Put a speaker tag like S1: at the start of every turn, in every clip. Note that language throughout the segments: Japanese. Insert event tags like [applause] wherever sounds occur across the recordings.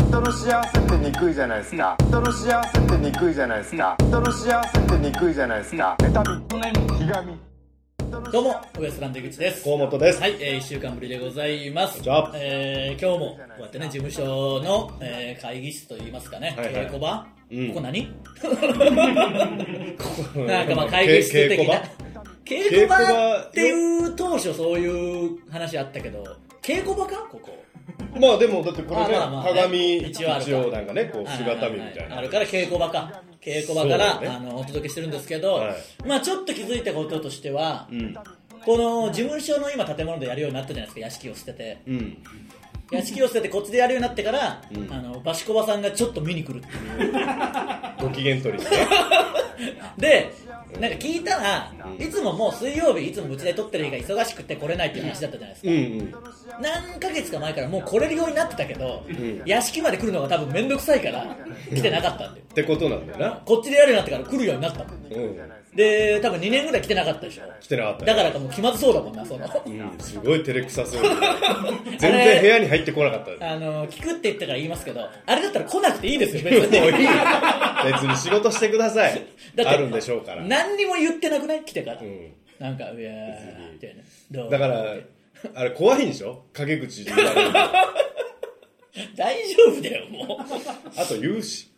S1: 人の幸せってにくいじゃないですか人の幸せってにくいじゃないですか人の幸せってにくいじゃないですか妬みひがみ
S2: どうも、ウエストランド井口です。
S3: 河本です
S2: はい、えー、1週間ぶりでございます。
S3: こんにちは
S2: えー、今日も、こうやってね、事務所の、えー、会議室といいますかね、
S3: はいはい
S2: 稽古場、
S3: うん
S2: ここ
S3: [laughs]
S2: 何なんかまあ会議室的な。稽
S3: 古
S2: 古
S3: 場
S2: 場っていう当初そういう話あったけど、稽古場かここ。
S3: まあでもだってこれね
S2: あまあまあね
S3: 鏡
S2: 一応あるか
S3: 一応なんかねこう姿見みたい
S2: あ
S3: な
S2: るから稽古場か稽古場から、
S3: そうだね
S2: あのお届けしてるんですけど、
S3: はい
S2: まあちょっと気づいたこととしては、
S3: うん
S2: この事務所の今建物でやるようになったじゃないですか屋敷を捨てて
S3: うん
S2: 屋敷を捨ててこっちでやるようになってから、
S3: うん
S2: あのバシコバさんがちょっと見に来るっていう
S3: ご機嫌取りしてね
S2: [laughs] でなんか聞いたら、
S3: うん
S2: いつももう水曜日いつもうちで撮ってる日が忙しくて来れないっていう話だったじゃないですか、
S3: うん
S2: 何ヶ月か前からもう来れるようになってたけど、
S3: ん
S2: 屋敷まで来るのが多分面倒くさいから来てなかったんで
S3: ってことなんだよな
S2: こっちでやるようになってから来るようになったの
S3: うん
S2: で多分2年ぐらい来てなかったでしょ
S3: 来てなかった
S2: だからかもう気まずそうだもんなその
S3: うんすごい照れくさ
S2: [laughs]
S3: そうで全然部屋に入ってこなかった
S2: あの聞くって言ったから言いますけどあれだったら来なくていいですよ別
S3: もうい
S2: [laughs]
S3: い
S2: に
S3: 別に仕事してください
S2: だって
S3: あるんでしょうから
S2: 何にも言ってなくない来てから、
S3: うん
S2: なんかいやーみたいなどう
S3: だからあれ怖いんでしょ陰口言われるのあ
S2: [laughs] 大丈夫だよも
S3: [laughs] と言うし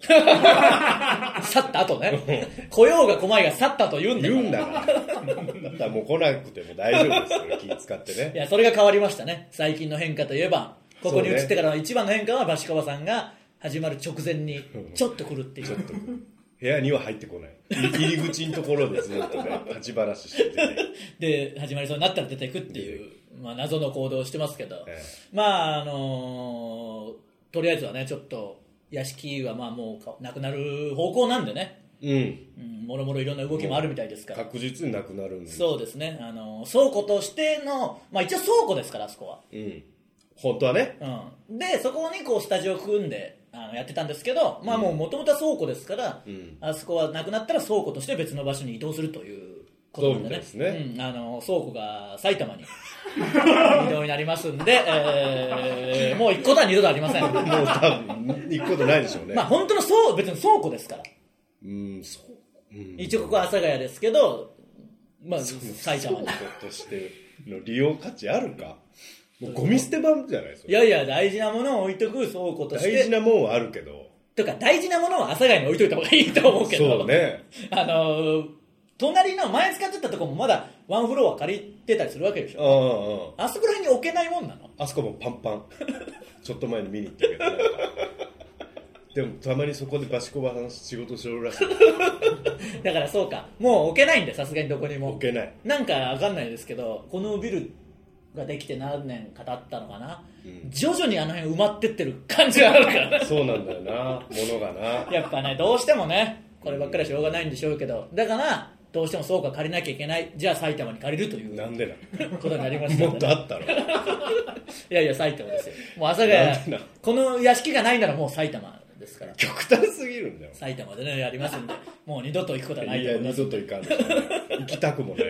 S2: う去った後ね来ようが来まいが去ったと言うんだ
S3: 言
S2: よ
S3: うんだからだったらもう来なくても大丈夫ですよ気使って
S2: い
S3: ね
S2: やそれが変わりましたね最近の変化といえばここに
S3: そうね
S2: 移ってからの一番の変化はバシカバさんが始まる直前にちょっと来るっていう
S3: ちょっと部屋には入ってこない
S2: [laughs]
S3: 入り口のところでずっとね立ち話してて、
S2: で始まりそうになったら出てくっていう、まあ、謎の行動をしてますけど、
S3: え
S2: まああのーとりあえずはねちょっと屋敷はまあもうかなくなる方向なんでね、
S3: え
S2: うん、もろもろいろんな動きもあるみたいです
S3: う
S2: か
S3: ん
S2: ら、
S3: 確実になくなるんで
S2: そうですね、あのー倉庫としての、まあ、一応倉庫ですからあそこ
S3: うん本当はね
S2: は、うん、でそこにこうスタジオ組んであのやってたんですけどまあもともとは倉庫ですから、
S3: うん
S2: あそこはなくなったら倉庫として別の場所に移動するということなんでね
S3: そうみたいです
S2: うん、あの倉庫が埼玉
S3: [laughs]
S2: に移動になりますんで、えーもう一個とは二度とありませ
S3: [laughs]
S2: ん
S3: もう多分行くことないでしょうね、
S2: まあ本当の倉別に倉庫ですから
S3: うんそう、うん、
S2: 一応ここは阿佐ヶ谷ですけど、まあ、
S3: そう
S2: 埼玉に
S3: としての利用価値あるかもうゴミ捨て場じゃないです
S2: いやいや大事なものを置いとく倉庫とし
S3: 大事
S2: て
S3: なもんはあるけど
S2: とか大事なものは阿佐ヶ谷に置いといた方がいいと思うけど
S3: そうね
S2: あの隣の前使ってたとこもまだワンフロア借りてたりするわけでし
S3: う
S2: ょ
S3: んうんうん
S2: あそこら辺に置けないもんなの
S3: あそこもパンパン [laughs] ちょっと前に見に行ったけどなんかでもたまにそこでバシコバさんの仕事しろるらしい
S2: だからそうかもう置けないんでさすがにどこにも
S3: 置けない
S2: なんかわかんないですけどこのビルができて何年か経ったのかな、
S3: うん
S2: 徐々にあの辺埋まってってる感じがあるから [laughs] ね
S3: そうなんだよな物がな
S2: やっぱねどうしてもねこればっかりはしょうがないんでしょうけどだからどうしても倉庫は借りなきゃいけないじゃあ埼玉に借りるという
S3: なんで
S2: ことになりまし
S3: な
S2: た
S3: のも
S2: ん
S3: っ
S2: で
S3: と
S2: ね
S3: あったろ
S2: いやいや埼玉ですよもう阿佐
S3: なんで
S2: ヶ谷
S3: な
S2: この屋敷がないならもう埼玉ですから
S3: 極端すぎるんだよ
S2: 埼玉でねやりますんでもう二度と行くことはない
S3: い
S2: と
S3: や
S2: 思い
S3: 二
S2: ます
S3: 度と行かんでしょ行きたくもない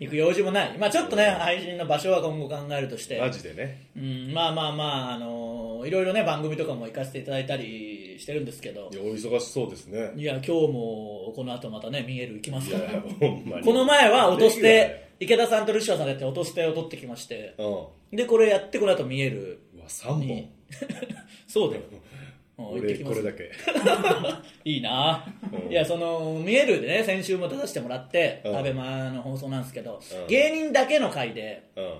S2: 行く用事もないまあちょっとね配信の場所は今後考えるとして
S3: マジでね
S2: うん、まあまあまあ、あのいろいろね、番組とかも行かせていただいたりしてるんですけど
S3: い、やお忙しそうですね
S2: いや、今日もこの後またね、見える行きます
S3: い
S2: か
S3: や
S2: ら、
S3: ほんまに
S2: この前は落と
S3: レ
S2: し
S3: ギュラーだよ
S2: て、池田さんとルシファーさんでやって落としてを取ってきまして、
S3: うん
S2: で、これやって、この後見える
S3: うわ三本
S2: に、
S3: [laughs]
S2: そうだよ、うん行って
S3: 俺
S2: き
S3: こ
S2: ま
S3: れ
S2: す
S3: だけ
S2: いいな、
S3: うん
S2: いやその見えるでね先週も出させてもらって、
S3: うん
S2: アベマの放送なんですけど、
S3: うん
S2: 芸人だけの回で
S3: うん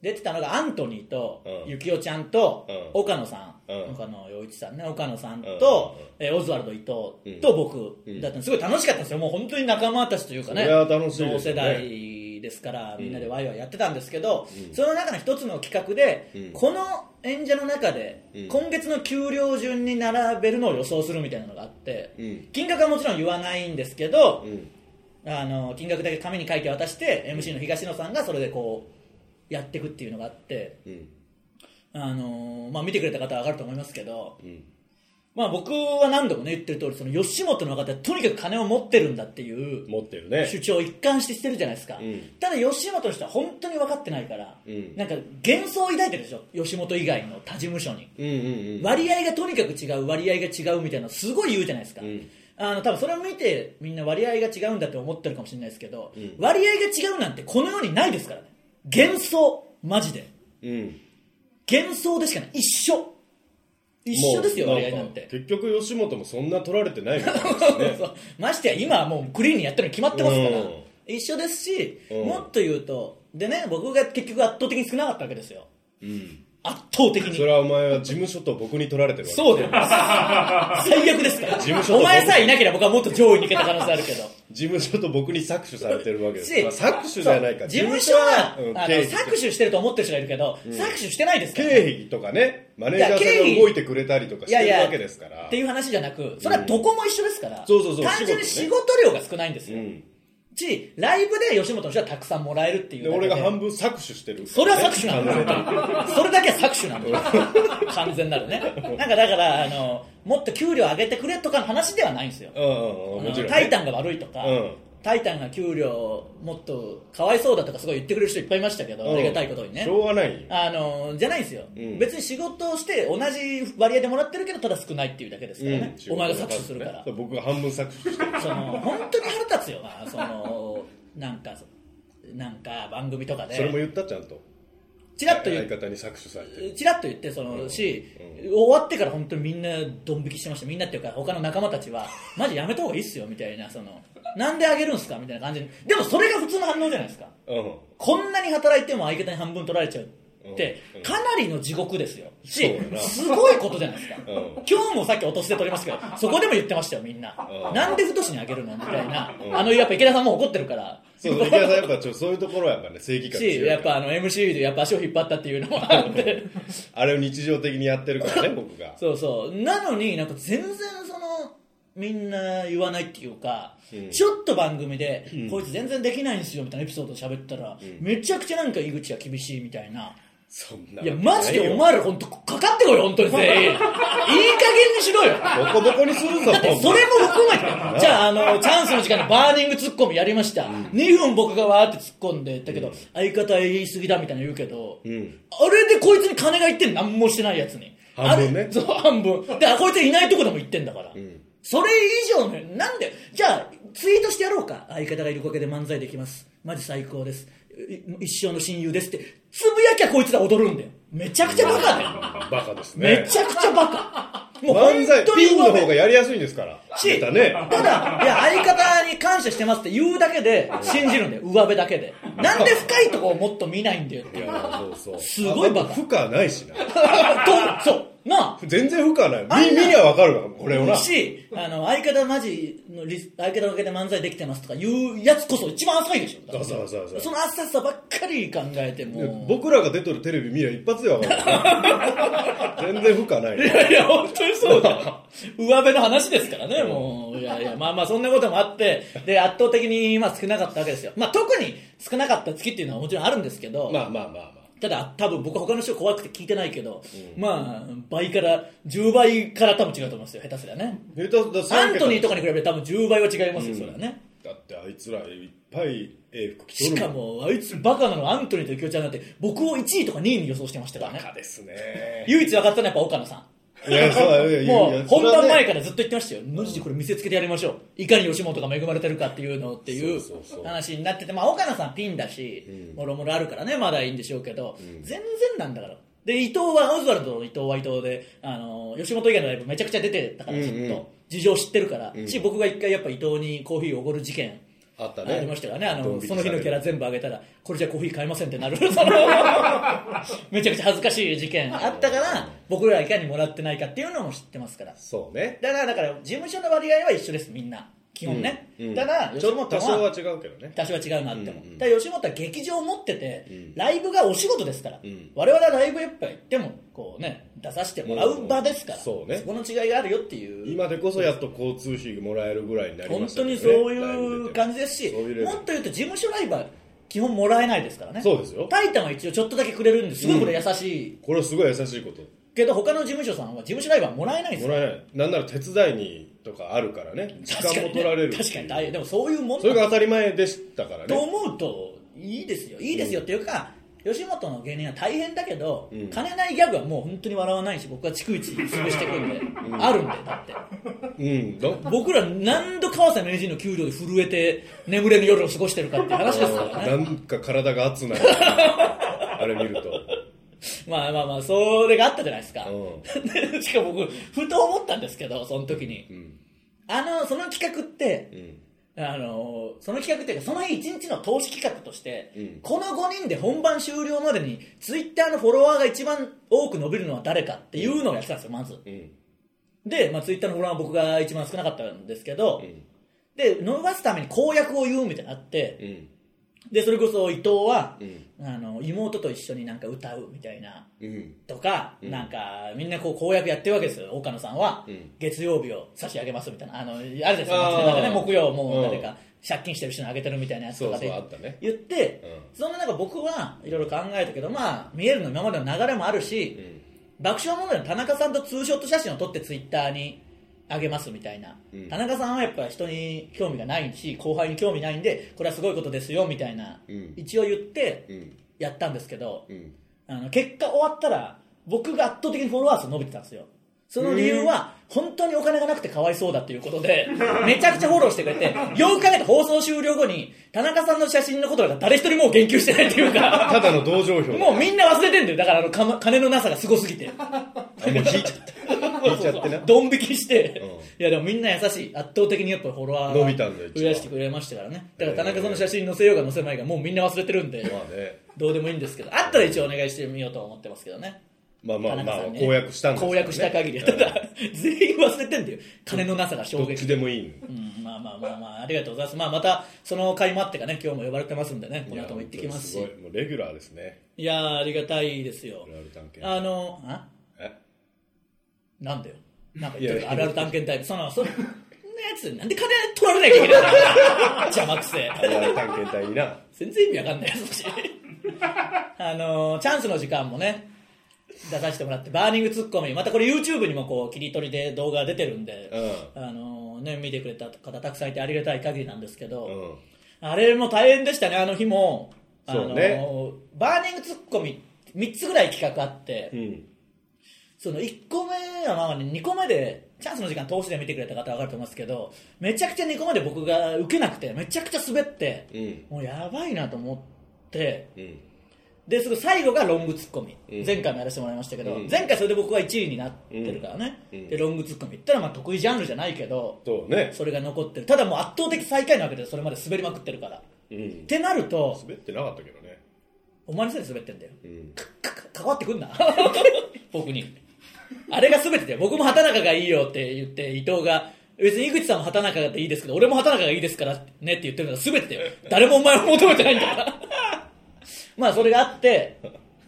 S2: 出てたのがアントニーと、
S3: うん
S2: ゆきおちゃんと、
S3: うん
S2: 岡野さん、
S3: うん
S2: 岡野陽一さんね岡野さんと、
S3: うん
S2: えーオズワルド伊
S3: う
S2: 藤
S3: ん
S2: と僕だったんです,、ごい楽しかったんですよもう本当に仲間たちというかね
S3: それは楽しいですよね
S2: 同世代ですからみんなでワイワイやってたんですけど、その中の一つの企画で、
S3: うん
S2: この演者の中で、
S3: うん
S2: 今月の給料順に並べるのを予想するみたいなのがあって、
S3: うん
S2: 金額はもちろん言わないんですけど
S3: う、ん
S2: あの金額だけ紙に書いて渡して MC の東野さんがそれでこうやっていくっていうのがあって、
S3: うん
S2: あのーまあ、見てくれた方は分かると思いますけど
S3: うん
S2: まあ僕は何度もね言ってる通り、その吉本の方はとにかく金を持ってるんだっていう
S3: 持ってる
S2: [laughs]
S3: ね
S2: 主張を一貫してしてるじゃないですか。
S3: うん
S2: ただ吉本の人は本当に分かってないから、
S3: うん
S2: なんか幻想を抱いてるでしょ。吉本以外の他事務所に。
S3: うんうんうん
S2: 割合がとにかく違う割合が違うみたいなのすごい言うじゃないですか、
S3: うん
S2: あの多分それを見てみんな割合が違うんだって思ってるかもしれないですけど、
S3: ん
S2: 割合が違うなんてこの世にないですからね幻想マジで
S3: うん
S2: 幻想でしかない一緒一緒ですよ
S3: もう
S2: 割合なんて
S3: か結局吉本もそんな取られてないみたいな
S2: [laughs] そうましてや今はもうクリーンにやってるの決まってますから、
S3: うん
S2: 一緒ですし、
S3: うん
S2: もっと言うとでね僕が結局圧倒的に少なかったわけですよ
S3: うん
S2: 圧倒的に
S3: それはお前は事務所と僕に取られてるわけ
S2: そうだよ。 [laughs] 最悪ですから。
S3: 務所と
S2: お前さえいなければ僕はもっと上位に行けた可能性あるけど。
S3: 事務所と僕に搾取されてるわけです、
S2: し
S3: まあ、搾取じゃないか
S2: 事務所は、
S3: うん
S2: あの、
S3: 経
S2: 搾
S3: 費
S2: 取してると思ってる人がいるけど、搾取してないですからね、
S3: 経費とかねマネージャーさんが動いてくれたりとか
S2: い
S3: し
S2: やい
S3: てる
S2: や、
S3: わけですから
S2: っていう話じゃなく、それはどこも一緒ですから。
S3: そうそうそう
S2: 単純に仕
S3: 仕
S2: 事量が少ないんですよ。
S3: うん
S2: し、ライブで吉本の人はたくさんもらえるっていう
S3: で
S2: だけ
S3: 俺
S2: で。
S3: が半分搾取してる
S2: それは搾取なんだよ。それだけは搾取なんだよ。完全なるね。なんかだから、あの、もっと給料上げてくれとかの話ではないんですよ。
S3: うんうんうんもちろんね、
S2: タイタンが悪いとか、
S3: うん
S2: タイタンが給料もっとかわいそうだとかすごい言ってくれる人いっぱいいましたけど、
S3: うん
S2: ありがたいことにね
S3: しょうがないよ
S2: あのじゃないんですよ、
S3: うん
S2: 別に仕事をして同じ割合でもらってるけどただ少ないっていうだけですからね、お前が搾取するから、
S3: そう僕が半分搾取してる
S2: その本当に腹立つよなそのなんかなんか番組とか
S3: それも
S2: で
S3: 言ったちゃんと
S2: ちら
S3: 相
S2: っと言っ
S3: 方に搾取されてる
S2: ちらっと言ってそのし、終わってから本当にみんなドン引きしてましたみんなっていうか他の仲間たちはマジやめた方がいいっすよみたいなそのなんであげるんすかみたいな感じででもそれが普通の反応じゃないですか
S3: うん
S2: こんなに働いても相方に半分取られちゃうって
S3: うんうん
S2: かなりの地獄ですよし
S3: そうだな
S2: すごいことじゃないですか
S3: うん
S2: 今日もさっき落として取りましたけどそこでも言ってましたよみんな
S3: うん
S2: なんで太しにあげるのみたいな
S3: うん
S2: あのやっぱ池田さんも怒ってるから
S3: そう池田さんやっぱちょそういうところはやっぱね正義感強い
S2: し
S3: から
S2: やっぱあの MC でやっぱ足を引っ張ったっていうのもあるんで
S3: あれを日常的にやってるからね僕が
S2: そうそうなのになんか全然そのみんな言わないっていうか、
S3: うん
S2: ちょっと番組で、こいつ全然できないんですよみたいなエピソード喋ったら、めちゃくちゃなんか井口は厳しいみたいな
S3: そんない
S2: いやマジでお前ら本当かかってこいよ本当に全員いい加減にしろよ
S3: ボコボコにするぞ
S2: だってそれも含めてじゃああのチャンスの時間にバーニングツッコミやりました、2分僕がわーって突っ込んでたけど、相方言い過ぎだみたいな言うけど、あ
S3: ん
S2: れでこいつに金がいってんの何もしてないやつに
S3: 半分ね
S2: あれそう半分でこいついないとこでも言ってんだから、それ以上のなんでじゃあツイートしてやろうか相方がいるおかげで漫才できますマジ最高ですい一生の親友ですってつぶやきゃこいつら踊るんだよめちゃくちゃバカだよ、
S3: バカですね
S2: めちゃくちゃバカもう
S3: 漫才
S2: 本当に
S3: ピンの方がやりやすいんですから
S2: し、
S3: だ
S2: た
S3: ね
S2: だ、いや、相方に感謝してますって言うだけで、信じるんだよ。上辺だけで。なんで深いとこをもっと見ないんだよって
S3: い
S2: いう。
S3: やそうそう
S2: すごいバカ
S3: あ負荷ないしな
S2: と、そう。な
S3: 全然負荷ない
S2: あんな
S3: 見見りゃわかるわこれをな
S2: あ。し、あの、相方マジのリス、相方のおかげで漫才できてますとか言うやつこそ一番浅いでしょ。だから
S3: そうそうそう
S2: その浅さばっかり考えても。
S3: 僕らが出とるテレビ見りゃ一発でわか
S2: [laughs]
S3: る全然負荷ない
S2: いやいや、本当にそうだよ。 [laughs] 上辺の話ですからね、もう。いやいや、まあまあ、そんなこともあって、で、圧倒的に、まあ、少なかったわけですよ。まあ、特に少なかった月っていうのはもちろんあるんですけど、
S3: まあまあまあまあ
S2: ただ多分僕他の人怖くて聞いてないけど、まあ倍から10倍から多分違うと思いますよ下手すりゃね
S3: 下手だ
S2: アントニーとかに比べて多分10倍は違いますよ、それはね
S3: だってあいつらいっぱいええ服着と
S2: し
S3: る
S2: かもあいつバカなのアントニーとゆきおちゃんなんて僕を1位とか2位に予想してましたから
S3: バ
S2: ね
S3: カですね
S2: 唯一分かったのはやっぱ岡野さん
S3: いやそうだねいやい
S2: も
S3: や
S2: う本番前
S3: そ
S2: からずっと言ってましたよ、マジでこれ見せつけてやりましょう、いかに吉本が恵まれてるかっていうのっていう
S3: そうそうそう
S2: 話になってて、まあ、岡野さん、ピンだし、もろもろあるからね、まだいいんでしょうけど、全然なんだから。で伊藤はオズワルドの伊藤は伊藤であの吉本以外のライブめちゃくちゃ出てたから
S3: うん
S2: ず
S3: う
S2: っ
S3: ん
S2: と、事情知ってるから、し僕が一回やっぱ伊藤にコーヒーをおごる事件
S3: あったね
S2: ありましたからねあ
S3: ドン
S2: の
S3: 引き
S2: その
S3: さ
S2: 日
S3: れる
S2: のキャラ全部あげたらこれじゃコーヒー買えませんって
S3: [laughs]
S2: なるそのめちゃくちゃ恥ずかしい事件あったから僕らいかにもらってないかっていうのも知ってますから
S3: そうね
S2: だからだから事務所の割合は一緒ですみんな基本ね、
S3: うん
S2: ただ
S3: ち
S2: 吉
S3: ょっ
S2: 本
S3: と多少は
S2: は
S3: 違うけどね
S2: 多少は違うのあっても、
S3: うんうん
S2: ただ吉本は劇場を持ってて、
S3: ん
S2: ライブがお仕事ですから、
S3: ん
S2: 我々はライブやっぱ行ってもこうね出させてもらう場ですから、
S3: うんそうね
S2: この違いがあるよっていう
S3: 今でこそやっと交通費もらえるぐらいになりま
S2: 本
S3: した
S2: 当
S3: けどね
S2: にそういう感じですし
S3: そういうレベル
S2: もっと言うと事務所ライブは基本もらえないですからね
S3: そうですよ
S2: タイタンは一応ちょっとだけくれるんですごいこれ優しい、
S3: これはすごい優しいこと
S2: けど他の事務所さんは事務所ライブはもらえないんです
S3: も
S2: よ
S3: らえないなんなら手伝いにとかあるからね時間
S2: 確か
S3: も
S2: に
S3: 取られる
S2: 確かに大変でもそういうもん
S3: それが当たり前でしたから
S2: と
S3: ね
S2: 思うといいですよいいですよっていうか、吉本の芸人は大変だけど、
S3: うん
S2: 金ないギャグはもう本当に笑わないし僕は逐一潰してくるんで、あるんでだって
S3: うんど
S2: 僕ら何度川瀬名人の給料で震えて眠れぬ夜を過ごしてるかって話ですからね
S3: なんか体が熱ないあれ見ると
S2: まあまあまあそれがあったじゃないですか、
S3: う
S2: で [laughs] しかも僕ふと思ったんですけどその時に、
S3: ん
S2: あのその企画って
S3: んうん
S2: あのその企画っていうかその日一日の投資企画として、
S3: うん
S2: この5人で本番終了までにツイッターのフォロワーが一番多く伸びるのは誰かっていうのをやってたんですよまず
S3: うん
S2: で、まあ、ツイッターのフォロワーは僕が一番少なかったんですけど、
S3: ん
S2: で逃すために公約を言うみたいなのあって
S3: うん
S2: でそれこそ伊藤は、
S3: うん
S2: あの妹と一緒になんか歌うみたいな
S3: うん
S2: とか、なんかみんなこう公約やってるわけですよ岡野さんは、
S3: うん
S2: 月曜日を差し上げますみたいなあのあるじゃないですか
S3: あー
S2: なんかね木曜もう
S3: うん
S2: 誰か借金してる人にあげてるみたいなやつとかで
S3: そうそうあったね
S2: 言って
S3: う
S2: そんな中僕はいろいろ考えたけどまあ見えるの今までの流れもあるし、
S3: ん
S2: 爆笑問題の田中さんとツーショット写真を撮ってツイッターにあげますみたいな、
S3: うん
S2: 田中さんはやっぱ人に興味がないし後輩に興味ないんでこれはすごいことですよみたいな、
S3: うん
S2: 一応言って
S3: うん
S2: やったんですけど、
S3: うん
S2: あの結果終わったら僕が圧倒的にフォロワー数伸びてたんですよその理由は本当にお金がなくてかわいそうだということでめちゃくちゃフォローしてくれてよく考えて放送終了後に田中さんの写真のことが誰一人もう言及してないっていうか
S3: [laughs] ただの同情票
S2: もうみんな忘れてんだよだからあのかま金のなさがすごすぎて
S3: あもう引いちゃった引いちゃってな
S2: [laughs] ドン引きして、
S3: うん
S2: いやでもみんな優しい圧倒的にやっぱフォロワーが
S3: 伸びたんだよ一番
S2: 増やしてくれましたからねだから田中さんの写真載せようが載せまいがもうみんな忘れてるんで
S3: まあね
S2: どうでもいいんですけどあったら一応お願いしてみようと思ってますけどね
S3: まあまあ
S2: 田
S3: ま
S2: 中
S3: あ
S2: さんね
S3: 公約したんですけど
S2: 公
S3: ね
S2: 約した限りはただ、全員忘れてんだよ金のなさが衝
S3: どっち
S2: 撃
S3: でもいいの
S2: うん、まあまあまあまあありがとうございます、まあ、またその会もあってかね今日も呼ばれてますんでねこの後も行ってきますしい
S3: い
S2: や
S3: や本当にごいもうレギュラーですね
S2: ーありがたいですよ
S3: ルある探検
S2: あのあ
S3: え
S2: なんだよなんか言っ
S3: い
S2: てる
S3: やいや
S2: あるある探検隊そのそのやつなんで金取られなきゃいけないの邪魔くせえ
S3: あるある探検隊にな
S2: 全然意味わかんないよそっち
S3: [laughs]
S2: あのーチャンスの時間もね出させてもらってバーニングツッコミまたこれ YouTube にもこう切り取りで動画出てるんで、あのーね、見てくれた方たくさんいてありがたい限りなんですけど、
S3: うん
S2: あれも大変でしたねあの日も、あのー
S3: そうね
S2: バーニングツッコミ3つぐらい企画あって、
S3: うん
S2: その1個目はまあ2個目でチャンスの時間通しで見てくれた方は分かると思いますけどめちゃくちゃ2個目で僕が受けなくてめちゃくちゃ滑って、
S3: うん
S2: もうやばいなと思って
S3: うん
S2: ですぐ最後がロングツッコミ、
S3: うん
S2: 前回もやらせてもらいましたけど、
S3: うん
S2: 前回それで僕は1位になってるからね、
S3: うん
S2: でロングツッコミいったらまあ得意ジャンルじゃないけど
S3: そうね
S2: それが残ってるただもう圧倒的最下位なわけでそれまで滑りまくってるから
S3: う
S2: っ
S3: ん
S2: てなると
S3: 滑ってなかったけどね
S2: お前のせいで滑ってんだよ
S3: うん
S2: かか関わってくんな [laughs] 僕にあれが全てだよ僕も畑中がいいよって言って伊藤が別に井口さんも畑中でいいですけど俺も畑中がいいですからねって言ってるのが全てだよ誰もお前を求めてないんだから [laughs] まあそれがあって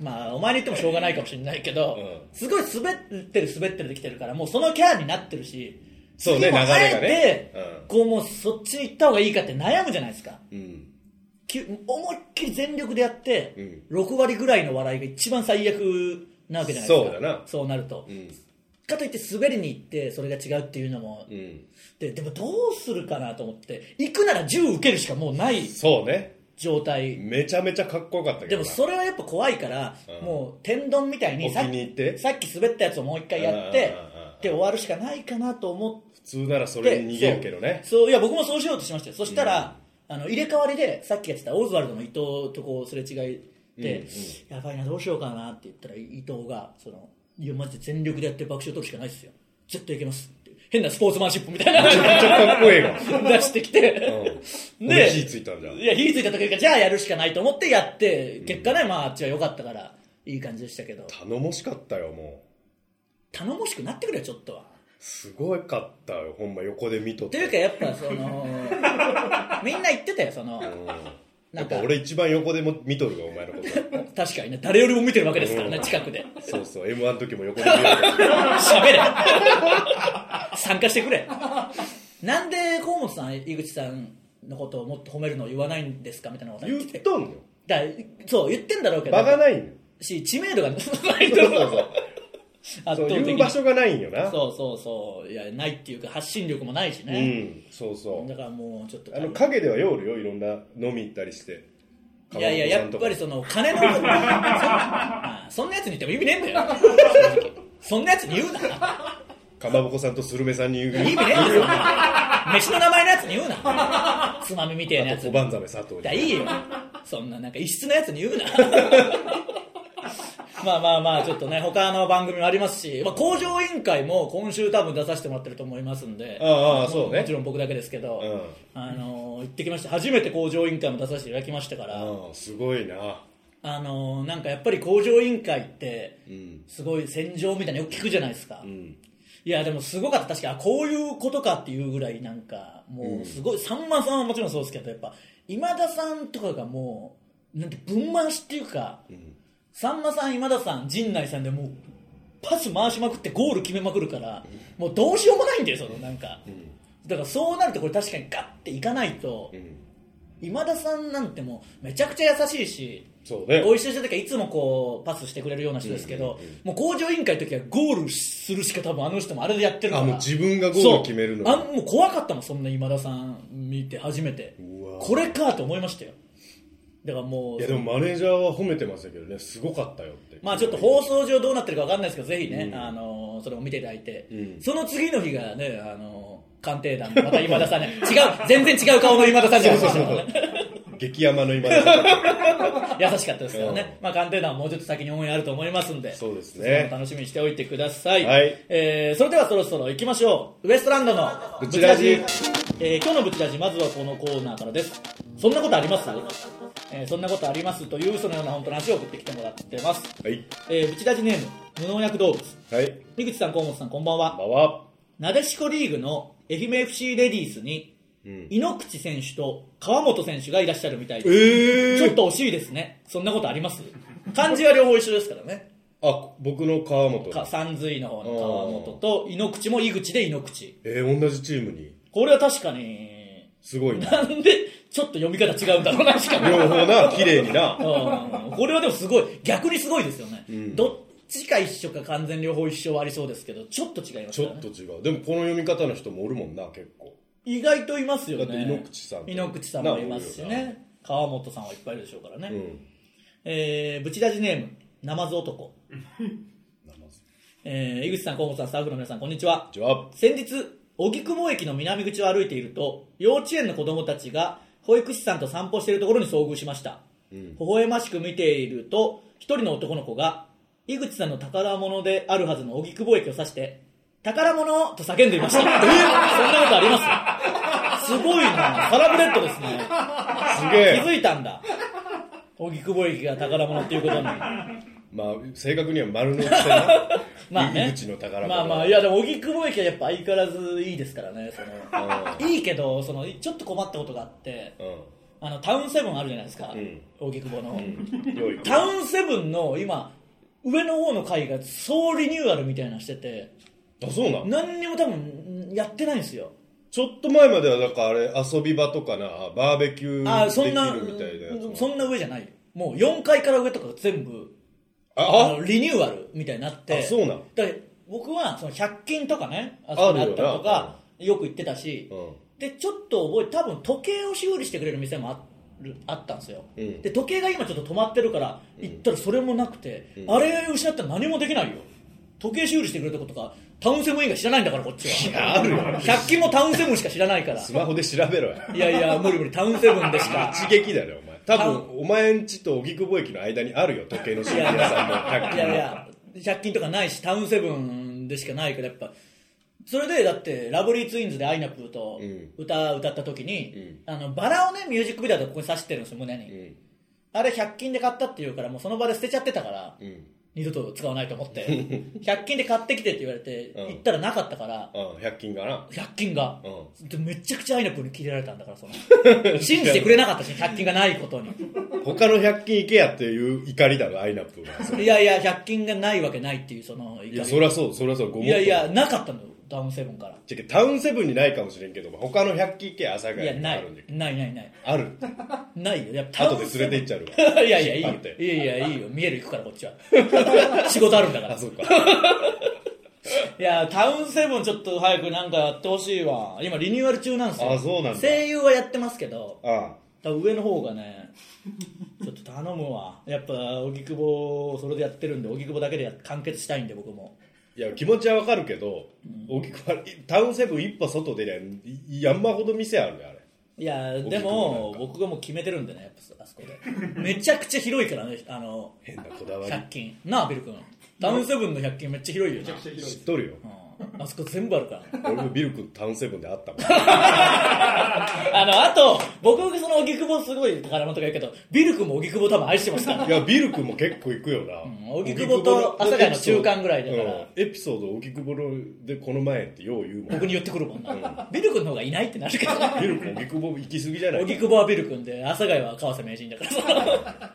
S2: まあお前に言ってもしょうがないかもしれないけど、
S3: うん
S2: すごい滑ってる滑ってるできてるからもうそのキャラになってるし
S3: そうね
S2: 次もあえて
S3: 流れがねうん
S2: こうもうそっちに行った方がいいかって悩むじゃないですか
S3: うん
S2: き思いっきり全力でやって、
S3: うん
S2: 6割ぐらいの笑いが一番最悪なわけじゃないですか
S3: そうだな
S2: そうなると、
S3: うん
S2: かといって滑りに行ってそれが違うっていうのも、
S3: うん
S2: ででもどうするかなと思って行くなら10受けるしかもうない
S3: そうね
S2: 状態
S3: めちゃめちゃかっこよかったけど
S2: でも
S3: な
S2: それはやっぱ怖いから、
S3: うん
S2: もう天丼みたいにさっ
S3: 置きに行って
S2: きさっき滑ったやつをもう一回やって
S3: うんうんうんうん
S2: で終わるしかないかなと思って
S3: 普通ならそれに逃げるけどね
S2: そうそういや僕もそうしようとしましたよそしたら、あの入れ替わりでさっきやってたオズワルドの伊藤とこうすれ違いで、やばいなどうしようかなって言ったら伊藤がそのいやマジで全力でやって爆笑取るしかないですよ絶対いけますって変なスポーツマンシップみたいな
S3: め [laughs] ちゃくちゃかっこええ
S2: [laughs]
S3: わ
S2: 出してきて、
S3: うん
S2: で
S3: 俺火ついたんじゃん
S2: いや火ついた時がじゃあやるしかないと思ってやって結果ね、まああっちは良かったからいい感じでしたけど
S3: 頼もしかったよもう
S2: 頼もしくなってくれよちょっとは
S3: すごかったよほんま横で見とっ
S2: と
S3: て
S2: いうかやっぱその [laughs] みんな言ってたよその、
S3: うん
S2: な
S3: や
S2: ん
S3: っ
S2: か
S3: ぱ俺一番横でも見とるわお前のこと
S2: [laughs] 確かにね誰よりも見てるわけですからね
S3: うん
S2: 近くで [laughs]
S3: そうそう m 1の時も横で見よる
S2: 喋れ参加してくれなんで河本さん井口さんのことをもっと褒めるのを言わないんですかみたいなこと [laughs]
S3: 言
S2: 言っ
S3: って
S2: て
S3: とんのよ
S2: だからそう言ってんだろうけど
S3: 場がないのよ
S2: [laughs] し知名度がない
S3: そうそうそう
S2: 圧
S3: そう
S2: 倒的
S3: 言う
S2: に
S3: 場所がないんよな
S2: そうそうそういやないっていうか発信力もないし
S3: う
S2: ね、
S3: んそうそ
S2: だからもうちょっと
S3: うあの影ではよるよいろんな飲み行ったりして
S2: いやいや、やっぱりその、金の、
S3: [laughs]
S2: そんなそんなやつに言っても意味ねえんだよ。正直そんなやつに言うな。
S3: かまぼこさんとスルメさんに言う
S2: 意味ねえんだよ。飯の名前のやつに言うな。つまみみてえなや
S3: あ
S2: つ
S3: と小
S2: に。
S3: 判ザメ佐藤に
S2: だいいよ。そんな、なんか異質なやつに言うな。 [laughs] まあまあまあ、ちょっとね、他の番組もありますし、まあ、工場委員会も今週多分出させてもらってると思いますんで、
S3: ああああ
S2: も
S3: そうね
S2: もちろん僕だけですけど、
S3: うん
S2: あのー行ってきました。初めて工場委員会も出させていただきましたから、
S3: ああすごいな
S2: あのーなんかやっぱり工場委員会って
S3: うん
S2: すごい戦場みたいなのよく聞くじゃないですか、
S3: うん
S2: いやでもすごかった確かにあこういうことかっていうぐらいなんかもうすごい、さんまさんはもちろんそうですけどやっぱ今田さんとかがもうなんて分回しっていうか、さんまさん今田さん陣内さんでもうパス回しまくってゴール決めまくるから、もうどうしようもないんだよそのなんか、だからそうなるとこれ確かにガッていかないと、
S3: ん
S2: 今田さんなんてもうめちゃくちゃ優しいし
S3: そうね
S2: ご一緒した時はいつもこうパスしてくれるような人ですけど、もう工場委員会の時はゴールするしか多分あの人もあれでやってるから
S3: あもう自分がゴールを決めるの
S2: そうあんもう怖かったもんそんな今田さん見て初めて
S3: うわ
S2: これかと思いましたよだからも
S3: いうやでもマネージャーは褒めてましたけどねすごかったよって
S2: まあちょっと放送上どうなってるかわかんないですけどぜひね、あのそれも見ていただいて、
S3: うん
S2: その次の日がねあの鑑定団のまた今田さんね違う全然違う顔の今田さんじゃないですか
S3: [laughs] 激山の今田さん
S2: 優しかったですからね、
S3: う
S2: まあ、鑑定団はもうちょっと先にオンエアあると思いますんで
S3: そうですね
S2: そちらも楽しみにしておいてください、
S3: はい
S2: えーそれではそろそろ行きましょうウエストランドの
S3: ブチラジ
S2: えー今日のブチラジまずはこのコーナーからですそんなことあります、えーそんなことありますという嘘のような本当の話を送ってきてもらってます、
S3: はい
S2: えーブチラジネーム無農薬動物
S3: はい
S2: 井口さん河本さんこんばん
S3: こ
S2: は
S3: んばんは
S2: なでしこリーグの愛媛 FC レディースに
S3: うん
S2: 井ノ口選手と川本選手がいらっしゃるみたいです
S3: え
S2: ちょっと惜しいですね。そんなことあります漢字は両方一緒ですからね。
S3: あ僕の川本
S2: か三髄の方の川本と、井ノ口も井口で井ノ口。
S3: えー、同じチームに
S2: これは確かに、
S3: すごいな
S2: なんで、ちょっと読み方違うんだろうな、しかも。
S3: 両方な綺麗にな
S2: うんこれはでもすごい、逆にすごいですよね。
S3: ん
S2: どっちか一緒か完全両方一緒はありそうですけど、ちょっと違います
S3: ち
S2: よ
S3: ょっ
S2: ね
S3: と。違うでもこの読み方の人もおるもんな結構
S2: 意外といますよね。
S3: だって井ノ口さんと
S2: 井ノ口さんもいますし
S3: なおるよ
S2: ね。川本さんはいっぱいいるでしょうからね。
S3: うん
S2: えー、ブチラジネーム、ナマズ男。
S3: なまず
S2: えー、井口さん、河本さん、スタッフの皆さん、こんにちは
S3: こん。にちは
S2: 先日荻窪駅の南口を歩いていると幼稚園の子供たちが保育士さんと散歩しているところに遭遇しました、微笑ましく見ていると一人の男の子が井口さんの宝物であるはずの荻窪駅を指して宝物と叫んでいました。えそんなことありますすごいな。サラブレッドですね。
S3: す
S2: 気
S3: げえ
S2: づいたんだ。荻窪駅が宝物っていうことに。
S3: まあ正確には丸の内だな
S2: [laughs] まあね、
S3: 井口の宝物
S2: まあまあいやでも荻窪駅はやっぱ相変わらずいいですからねそのいいけどそのちょっと困ったことがあって
S3: う
S2: あのタウンセブンあるじゃないですか、
S3: ん
S2: 荻窪の、
S3: ん良い
S2: タウンセブンの今上の方の階が総リニューアルみたいなのしてて
S3: あそうなん
S2: 何にも多分やってないんですよ
S3: ちょっと前まではなんかあれ遊び場とかなバーベキュ
S2: あ
S3: ー
S2: ーそんな
S3: できるみたいなやつ
S2: そんな上じゃないもう4階から上とか全部あ
S3: あ
S2: のリニューアルみたいになって
S3: あそうなん
S2: だから僕はその100均とかねあ
S3: あ
S2: そ
S3: る
S2: こ
S3: よ
S2: に
S3: な
S2: あったりとかよく行ってたし、
S3: うん
S2: でちょっと覚え多分時計を修理してくれる店もあるあったんですよ、
S3: うん
S2: で時計が今ちょっと止まってるから行ったらそれもなくて、あれ失ったら何もできないよ時計修理してくれたことかタウンセブン以外知らないんだからこっちは
S3: やあるよ
S2: 100均もタウンセブンしか知らないから
S3: スマホで調べろよ
S2: いやいや無理無理タウンセブンでしか
S3: 一撃だよお前多分お前んちと荻窪駅の間にあるよ時計の修理屋さんの卓球
S2: いやいや100均とかないしタウンセブンでしかないからやっぱそれでだってラブリーツインズでアイナプーと
S3: うん
S2: 歌、歌った時に、あのバラをねミュージックビデオでここに刺してるんですよ胸に、
S3: ん
S2: あれ100均で買ったって言うからもうその場で捨てちゃってたから、
S3: うん
S2: 二度と使わないと思って
S3: [laughs]
S2: 100均で買ってきてって言われて、
S3: うん
S2: 行ったらなかったから
S3: うん100均かな
S2: 100均が、
S3: う
S2: でめちゃくちゃアイナプーに切れられたんだ
S3: [laughs]
S2: からその信じてくれなかったし100均がないことに
S3: 他の100均行けやっていう怒りだろアイナップが
S2: いやいや100均がないわけないっていうその怒り
S3: いやそりゃそうそりゃそうごもっとも
S2: いやいや、なかったのよ。タウンセブンから
S3: じゃあタウンセブンにないかもしれんけど他の百鬼系朝ヶ
S2: いや
S3: 谷に
S2: な
S3: あ
S2: い
S3: るんだけど
S2: ないないない [laughs]
S3: あるって
S2: ないよやっぱ
S3: 後で連れて行っちゃうわ
S2: いやいやいいよ
S3: 引っ張って
S2: いやいやいいよ見える行くからこっち
S3: [laughs]
S2: は仕事あるんだから
S3: あそうか
S2: いやタウンセブンちょっと早くなんかやってほしいわ今リニューアル中なんですよ
S3: あそうなんだ
S2: 声優はやってますけど
S3: あ
S2: 多分上の方がねちょっと頼むわやっぱ荻窪をそれでやってるんで荻窪だけでや完結したいんで僕も
S3: いや気持ちはわかるけど、大きくはタウンセブン一歩外出りゃい山ほど店あるねあれ
S2: いや
S3: 窪
S2: でも
S3: なんか
S2: 僕がもう決めてるんでねやっぱそあそこでめちゃくちゃ広いからねあの
S3: 変なこだわ
S2: 100均なあビル君ダウンセブンの100均めっちゃ広いよ、
S3: り知っとるよ
S2: うんあそこ全部あるから
S3: 俺もビル君タウンセブンで会ったもん
S2: あのあと僕その荻窪すごい宝物とか言うけどビル君も荻窪多分愛してますから
S3: いやビル君も結構行くよな
S2: 荻窪と阿佐ヶ谷の中間ぐらいだから
S3: うんエピソード荻窪のでこの前ってよう言うもん
S2: 僕に言ってくるもんなビル君の方がいないってな
S3: [laughs]
S2: るけど
S3: ビル君荻窪行き過ぎじゃない
S2: 荻窪はビル君で阿佐ヶ谷は川瀬名人だからさ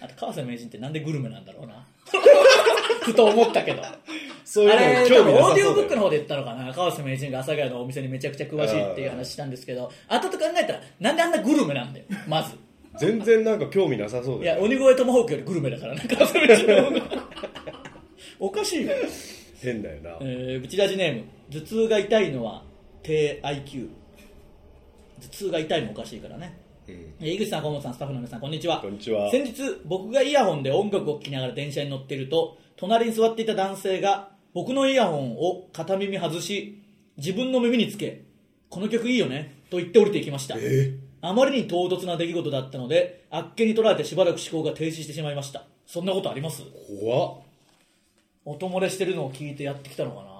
S2: あと川瀬名人ってなんでグルメなんだろうな [laughs] ふと思ったけど
S3: そういう
S2: あれ
S3: の興
S2: 多分
S3: 味な
S2: オー
S3: さ
S2: ディ
S3: そ
S2: オ
S3: う
S2: ブッ
S3: だよ
S2: クの方で言ったのかな川瀬名人が阿佐ヶ谷のお店にめちゃくちゃ詳しいっていう話したんですけど後と考えたらなんであんなグルメなんだよまず
S3: 全然なんか興味なさそ
S2: い
S3: うだ
S2: や
S3: よ
S2: 鬼越トマホークよりグルメだからな川瀬名人の
S3: [laughs]
S2: 方がおかしいよ、
S3: 変だよな
S2: えー、ブチラジネーム頭痛が痛いのは低 IQ 頭痛が痛いもおかしいからね
S3: うん
S2: えー井口さん、河本さん、スタッフの皆さん、こんにちは。
S3: こんにちは
S2: 先日、僕がイヤホンで音楽を聴きながら電車に乗っていると、隣に座っていた男性が、僕のイヤホンを片耳外し、自分の耳につけ、この曲いいよね、と言って降りていきました。あまりに唐突な出来事だったので、あっけに取られてしばらく思考が停止してしまいました。そんなことあります
S3: 怖っ
S2: 音漏れしてるのを聞いてやってきたのかな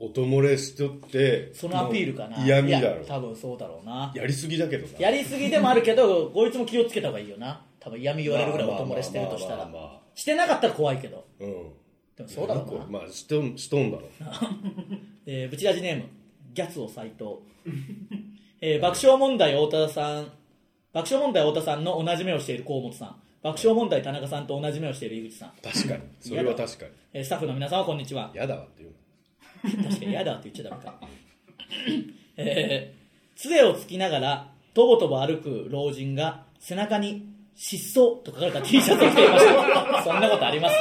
S3: 音漏れしとって
S2: そのアピールかな
S3: もう嫌味だ
S2: い
S3: ろ
S2: や多分そうだろうな。
S3: やりすぎだけどな
S2: やりすぎでもあるけど、こいつも気をつけた方がいいよな。多分嫌味言われるぐらい
S3: まあ
S2: 音漏れしてるとした
S3: まあ
S2: ら
S3: まあまあまあ。
S2: してなかったら怖いけど。
S3: うん
S2: でもそうだろ
S3: なんか
S2: うな。
S3: まあしとんしとんだろ
S2: えー、ブチラジネーム、ギャツオ斎藤。えー、爆笑問題太田さん、爆笑問題太田さんの同じ目をしている河本さん、爆笑問題田中さんと同じ目をしている井口さん、
S3: 確
S2: [laughs]
S3: かにそれは確かに
S2: えースタッフの皆さんはこんにちは。
S3: 嫌だわっていう
S2: [laughs] 確かに嫌だって言っちゃダメか。えー、杖をつきながら、とぼとぼ歩く老人が、背中に、失踪と書かれた T シャツを着ていました。そんなことあります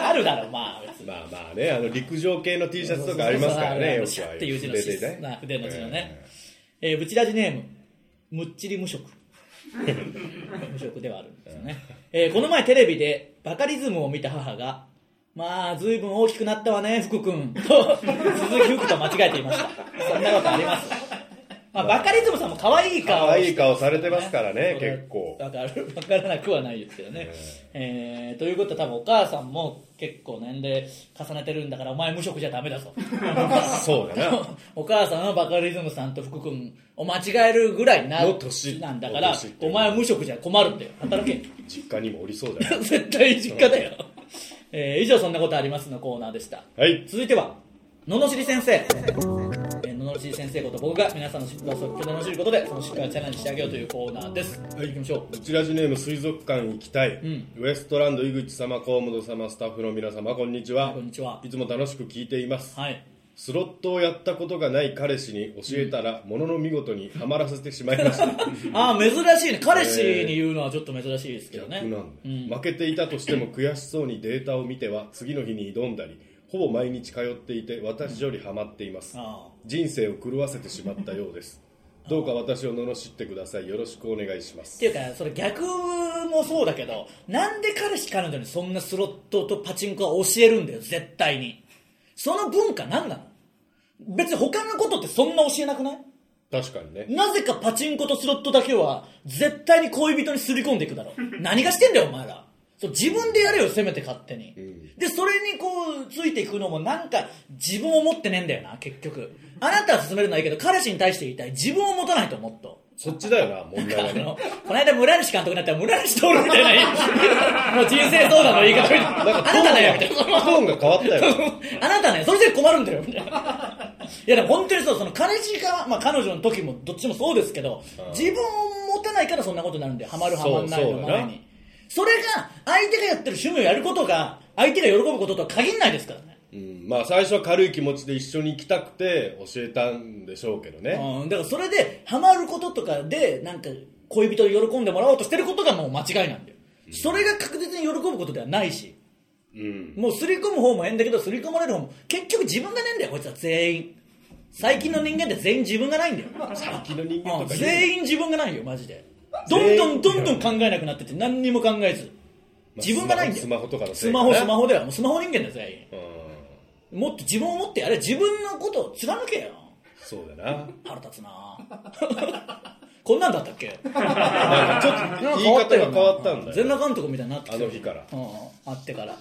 S2: あるだろ、まあ、別に。
S3: まあまあねあの陸上系の T シャツとかありますからねよ
S2: シ
S3: く
S2: ャ
S3: ああ
S2: ッ
S3: い
S2: ていう字の
S3: 筆
S2: 筆
S3: で
S2: な
S3: ね
S2: 筆の字のね
S3: え。
S2: えー、ブチラジネーム、むっちり無職。無職ではあるんですよね。えーこの前テレビで、バカリズムを見た母が、まあ、随分大きくなったわね、福君。と、鈴木福と間違えていました。そんなことあります。まあ、バカリズムさんも可愛い
S3: ー
S2: 顔を
S3: 可愛い
S2: して
S3: 顔されてますからね結構
S2: わかるわからなくはないですけどね、えーということは多分お母さんも結構年齢重ねてるんだからお前無職じゃダメ
S3: [laughs]
S2: だぞ
S3: そうだな
S2: [laughs] お母さんはバカリズムさんと福君を間違えるぐらいな
S3: の年
S2: なんだから
S3: の年ってい
S2: お
S3: う
S2: 前は無職じゃ困るんだよ働け
S3: 実家にもおりそうだよ
S2: 絶対実家だよ、えー以上そんなことありますのコーナーでした
S3: はい
S2: 続いてはののしり先生えーののしり先生こと僕が皆さんの失敗を即興で罵ることでその失敗をチャレンジしてあげようというコーナーです、はい、行きましょう
S3: うちラジネーム水族館行きたい、
S2: ん
S3: ウエストランド井口様河本様スタッフの皆様こんにちは
S2: こんにちはい
S3: つも楽しく聞いています
S2: はい
S3: スロットをやったことがない彼氏に教えたら、ものの見事にはまらせてしまい
S2: [laughs]
S3: ました
S2: ああ珍しいね彼氏に言うのはちょっと珍しいですけどね、
S3: 逆なんだ負けていたとしても悔しそうにデータを見ては次の日に挑んだりほぼ毎日通っていて私よりハマっています
S2: あ
S3: 人生を狂わせてしまったようですどうか私を罵ってくださいよろしくお願いしま
S2: っ
S3: す
S2: ていうかそれ逆もそうだけどなんで彼氏彼女にそんなスロットとパチンコは教えるんだよ絶対にその文化何なの別に他のことってそんな教えなくない
S3: 確かにね
S2: なぜかパチンコとスロットだけは絶対に恋人にすり込んでいくだろう何がしてんだよお前らそう自分でやれよせめて勝手に、でそれにこうついていくのもなんか自分を持ってねえんだよな結局あなたは勧めるのはいいけど彼氏に対して言いたい自分を持たないともっと
S3: そっちだよな問題
S2: あ
S3: はね
S2: のこの間村西監督になったら村西通るみたいなもう人生相談の言い方みたいなあなただよみたいな
S3: トーンが変わったよ
S2: [laughs]
S3: な
S2: あなたね、それで困るんだ
S3: [laughs]
S2: よ、みたいな。いや、でも本当にそう、その彼氏が、まあ彼女の時もどっちもそうですけど、自分を持たないからそんなことになるんで、ハマるハマんないの
S3: そうそうだ
S2: 前
S3: な
S2: に。それが、相手がやってる趣味をやることが、相手が喜ぶこととは限らないですからね。
S3: うん、まあ最初は軽い気持ちで一緒に行きたくて教えたんでしょうけどね、
S2: うん、だからそれでハマることとかでなんか恋人に喜んでもらおうとしてることがもう間違いなんだよ、それが確実に喜ぶことではないし、もうすり込む方もええんだけどすり込まれる方も結局自分がねえんだよこいつは全員最近の人間って全員自分がないんだ
S3: [laughs]
S2: よ、
S3: 最近の人間
S2: う
S3: と
S2: ん
S3: か
S2: 全員自分がないよマジでどんどんどんどん考えなくなってて何にも考えず自分がないんだよ
S3: スマホとかのせ
S2: ス
S3: いか
S2: マ
S3: ね
S2: ホスマホだよもうスマホ人間だよ全員
S3: うん
S2: もっと自分を持ってやれ自分のことを貫けよ
S3: そうだな
S2: 腹立つな [laughs] こんなんだったっけ
S3: なんかちょっと言い方が変わったんだ
S2: 全
S3: よ
S2: 裸監督みたいになってきてる
S3: あの日から
S2: うんあってから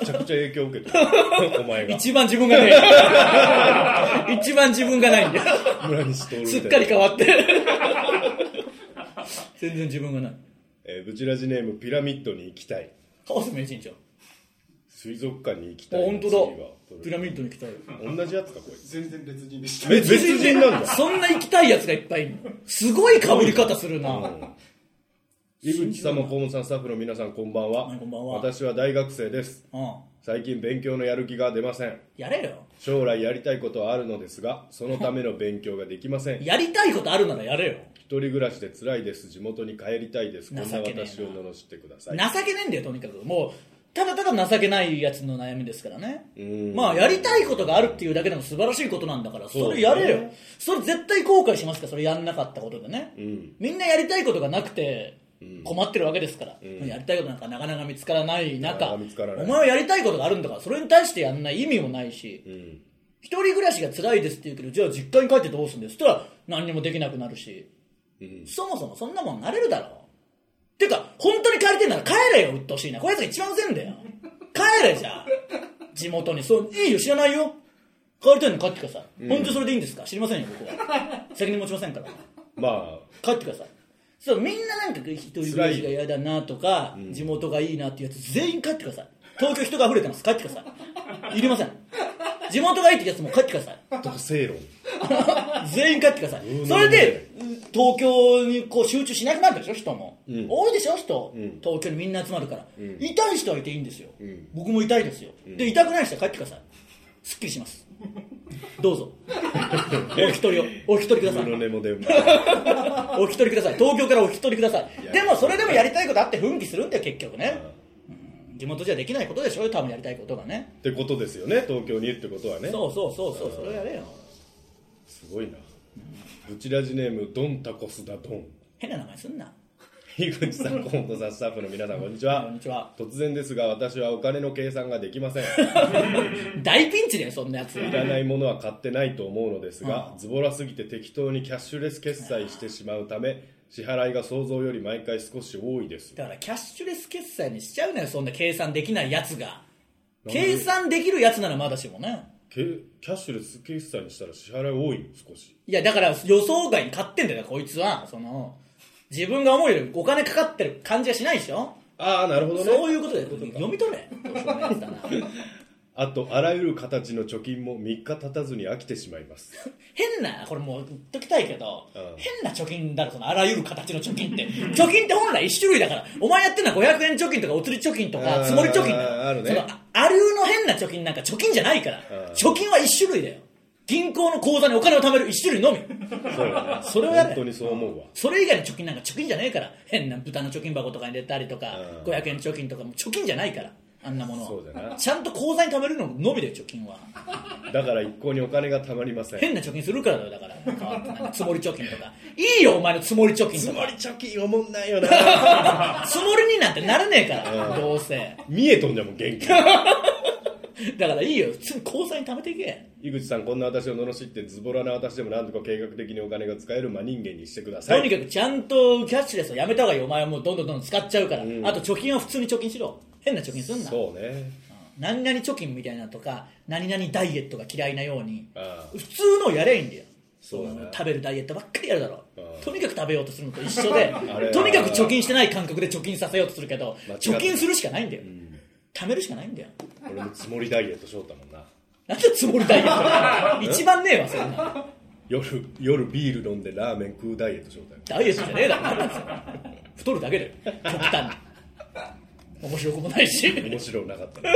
S3: めちゃくちゃ影響を受けて
S2: [laughs]
S3: るお前が
S2: 一番自分がない一番自分がないんだよ
S3: 村西徹みたいな
S2: すっかり変わって全然自分がない
S3: えーブチラジネームピラミッドに行きたい
S2: カオス名人じゃん
S3: 水族館に行き
S2: あ
S3: たい
S2: 本当だピ
S3: 次
S2: ラ
S3: は
S2: ミッドに行きたい
S3: 同じやつかこいつ
S1: 全然別人でした
S3: え別人なんだ
S2: そんな行きたいやつがいっぱいいるすごい被り方するな、
S3: 井口様、河本さん、スタッフの皆さん、こんばんは
S2: はい。こんばんは
S3: 私は大学生です。
S2: うん、
S3: 最近勉強のやる気が出ません。
S2: やれよ
S3: 将来やりたいことはあるのですが、そのための勉強ができません。一
S2: やりたいことあるならやれよ
S3: 人暮らしで辛いです。地元に帰りたいです。こんな
S2: 情けねえな
S3: 私を罵ってくださ
S2: 情
S3: い。
S2: けねえんだよとにかくもうただただ情けないやつの悩みですからね
S3: うん
S2: まあやりたいことがあるっていうだけでも素晴らしいことなんだから
S3: そう
S2: そ
S3: ね
S2: れやれよそれ絶対後悔しますからそれやんなかったことでね、
S3: ん
S2: みんなやりたいことがなくて困ってるわけですから、やりたいことなんかなかなか見つからない
S3: なか
S2: 中
S3: なか見つからない
S2: お前はやりたいことがあるんだからそれに対してやんない意味もないし、
S3: うん。
S2: 一人暮らしが辛いですって言うけどじゃあ実家に帰ってどうすんですったら何にもできなくなるし、
S3: ん
S2: そもそもそんなもんなれるだろてか本当に帰りてんなら帰れよ鬱陶しいなこいつが一番うぜえんだよ帰れじゃあ地元にそういいよ知らないよ帰りたいのに帰ってください、本当にそれでいいんですか知りませんよ僕は責任持ちませんから
S3: ま
S2: [laughs]
S3: あ、
S2: 帰ってくださいそうみんななんか一人暮らしが嫌だなとか、地元がいいなっていうやつ全員帰ってください東京人が溢れてます帰ってくださいいりません地元がいいってやつも帰ってください
S3: 特
S2: [laughs]
S3: 性論。
S2: 全員帰ってくださいそれで東京にこう集中しなくなったでしょ人も、多いでしょ人、東京にみんな集まるから、痛い人はいていいんですよ、僕も痛いですよ、で痛くない人は帰ってくださいすっきりしますどう [laughs] ぞお一人をお一人ください
S3: 黒根も出ま
S2: [laughs] お引き取りください東京からお引き取りくださいでもそれでもやりたいことあって奮起するんだよ結局ね、うん地元じゃできないことでしょ多分やりたいことがね
S3: ってことですよね、東京にってことはね。
S2: そうそうそうそうそれやれよ
S3: すごいな。ブチラジネーム、ドンタコスダドン。
S2: 変な名前すんな
S3: 樋口さん、河本さん、スタッフの皆さん、こんにちは。
S2: こんにちは
S3: 突然ですが、私はお金の計算ができ
S2: [laughs]
S3: ません。
S2: 大ピンチだよそんなやつ
S3: いらないものは買ってないと思うのですが、ズボラすぎて適当にキャッシュレス決済してしまうため、支払いが想像より毎回少し多いです。
S2: だからキャッシュレス決済にしちゃうのよそんな計算できないやつが計算できるやつならまだしもね
S3: けキャッシュレス決済にしたら支払い多い少し。
S2: いやだから予想外に買ってんだよこいつはその自分が思うよりお金かかってる感じがしないでしょ
S3: ああ、なるほどね。
S2: そういうことで読み取れどうしようもないやつだな
S3: あと、あらゆる形の貯金も3日経たずに飽きてしまいます。
S2: 変なこれもう言っときたいけど、
S3: うん
S2: 変な貯金だろそのあらゆる形の貯金って [laughs] 貯金って本来1種類だからお前やってるのは500円貯金とかお釣り貯金と
S3: あ
S2: か
S3: ー
S2: 積もり貯金だよ
S3: あるね
S2: そのあ流の変な貯金なんか貯金じゃないから、
S3: うん
S2: 貯金は1種類だよ銀行の口座にお金を貯める1種類の
S3: [laughs]
S2: み
S3: そうだね
S2: それをやれ
S3: 本当にそう思うわ。
S2: それ以外の貯金なんか貯金じゃねえから変な豚の貯金箱とかに入れたりとか、
S3: うん
S2: 500円貯金とかも貯金じゃないからあんなものは
S3: そうだな
S2: ちゃんと口座に貯めるののみだよ貯金は
S3: だから一向にお金がたまりません。
S2: 変な貯金するからだよだから変わってなんか積もり貯金とかいいよお前の積もり貯金
S3: つ
S2: と
S3: ま
S2: か
S3: り貯金おもんないよな。
S2: 積もりになんてならねえから、どうせ
S3: [laughs] 見えとんじゃんもん、元気。
S2: だからいいよ普通に口座に貯めていけ
S3: 井口さんこんな私を罵ってズボラな私でも何とか計画的にお金が使える真人間にしてくださ
S2: と
S3: い
S2: にかくちゃんとキャッシュレスをやめた方がいいお前はもうどんどんどんどん使っちゃうから、あと貯金は普通に貯金しろ変な貯金すんな
S3: そうね
S2: 何々貯金みたいなのとか何々ダイエットが嫌いなように
S3: あ
S2: 普通のをやればいいんだよ
S3: そうだね
S2: の食べるダイエットばっかりやるだろ
S3: うん
S2: とにかく食べようとするのと一緒
S3: [laughs]
S2: で
S3: れは
S2: とにかく貯金してない感覚で貯金させようとするけど
S3: 間違った
S2: 貯金するしかないんだよ、貯めるしかないんだよ
S3: 俺もつもりダイエットしようだもんな
S2: なんでつもり
S3: [laughs]
S2: ダイエットだよ一番ねえわそんな
S3: 夜夜ビール飲んでラーメン食うダイエットしようだよ
S2: ダイエットじゃねえだろなんだよ太るだけだよ極端に面白くもないし
S3: 面白くなかったな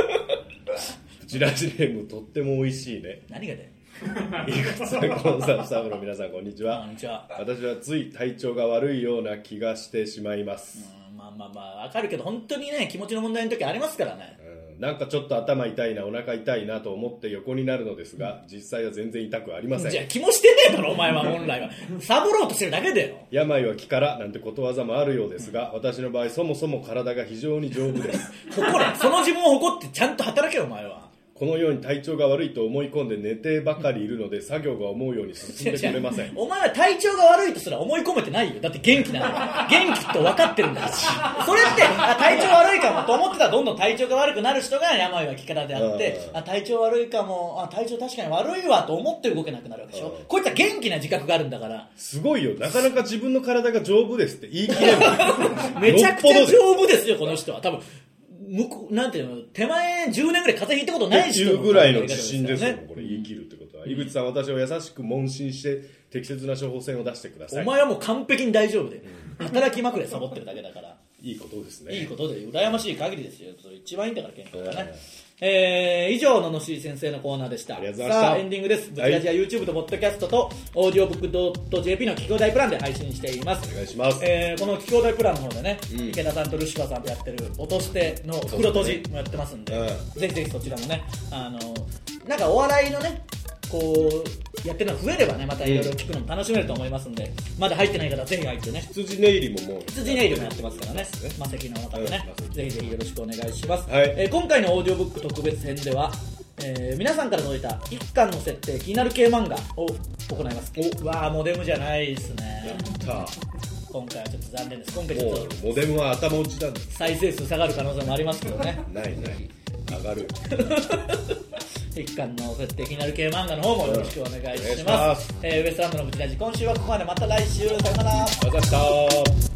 S3: ブチジラジネームとっても美味しいね
S2: 何がだよ
S3: 井口さんコンさんスタッフの皆さんこんにち
S2: こ
S3: は
S2: んにちは
S3: 私はつい体調が悪いような気がしてしまいます、
S2: うんまあまあまあわかるけど本当にね気持ちの問題の時ありますからね
S3: うんなんかちょっと頭痛いなお腹痛いなと思って横になるのですが実際は全然痛くありませ
S2: じゃあ
S3: ん
S2: 気もしてねえだろお前は本来はサボろうとしてるだけだよ
S3: 病は気からなんてことわざもあるようですが私の場合そもそも体が非常に丈夫です
S2: [laughs] 誇れその自分を誇ってちゃんと働けよお前は
S3: このように体調が悪いと思い込んで寝てばかりいるので作業が思うように進んでくれません
S2: お前は体調が悪いとすら思い込めてないよだって元気なの元気と分かってるんだからそれってあ体調悪いかもと思ってたらどんどん体調が悪くなる人が病は気からであって
S3: うん
S2: あ体調悪いかもあ体調確かに悪いわと思って動けなくなるわけでしょ
S3: うん
S2: こういった元気な自覚があるんだから
S3: すごいよなかなか自分の体が丈夫ですって言い切れな
S2: [laughs]
S3: い
S2: めちゃくち
S3: よ
S2: ゃ
S3: っぽどです
S2: 丈夫ですよこの人は多分向こうなんていうの手前10年ぐらい風邪ひいたことない
S3: っ
S2: 人
S3: ていうぐらいの自信ですよ、これ言い切るってことは、井口さん、私を優しく問診して、適切な処方箋を出してくださ
S2: お
S3: い、
S2: 前はもう完璧に大丈夫で働きまくれサボってるだけだから
S3: いいことですね、
S2: いいことで羨ましい限りですよそれ一番いいんだから健康がね、
S3: うん
S2: えー以上ののしい先生のコーナーでした
S3: ありがとうございました
S2: さあエンディングですブチラジは YouTube と Podcast と audiobook.jp の企業大プランで配信しています
S3: お願いします、
S2: えーこの企業大プランの方でね、
S3: ん
S2: 池田さんとルシファーさんとやってる落としての袋閉じもやってますんで
S3: そうです
S2: ぜひぜひそちらもねあのなんかお笑いのねこうやってるのが増えればねまたいろいろ聞くのも楽しめると思いますんで、まだ入ってない方はぜひ入ってね
S3: 羊ネイリももう、
S2: 羊ネイルもやってますからね、マセキの方もね
S3: うん、
S2: ぜひぜひよろしくお願いします。
S3: はい
S2: えー今回のオーディオブック特別編では、えー皆さんから届いた一巻の設定気になる系漫画を行います。おわあモデムじゃないですね。
S3: さあ、
S2: 今回はちょっと残念です。今回ちょ
S3: も
S2: っと
S3: うモデムは頭打ちなんだ、
S2: 再生数下がる可能性もありますけど [laughs] ね。
S3: ないない、上がる、
S2: 一巻の設定気になる系漫画の方もよろしくお願いします。
S3: お願いします
S2: えーウエストランドのブチラジ、今週はここまで。また来週、さよなら。
S3: ありがとうございました。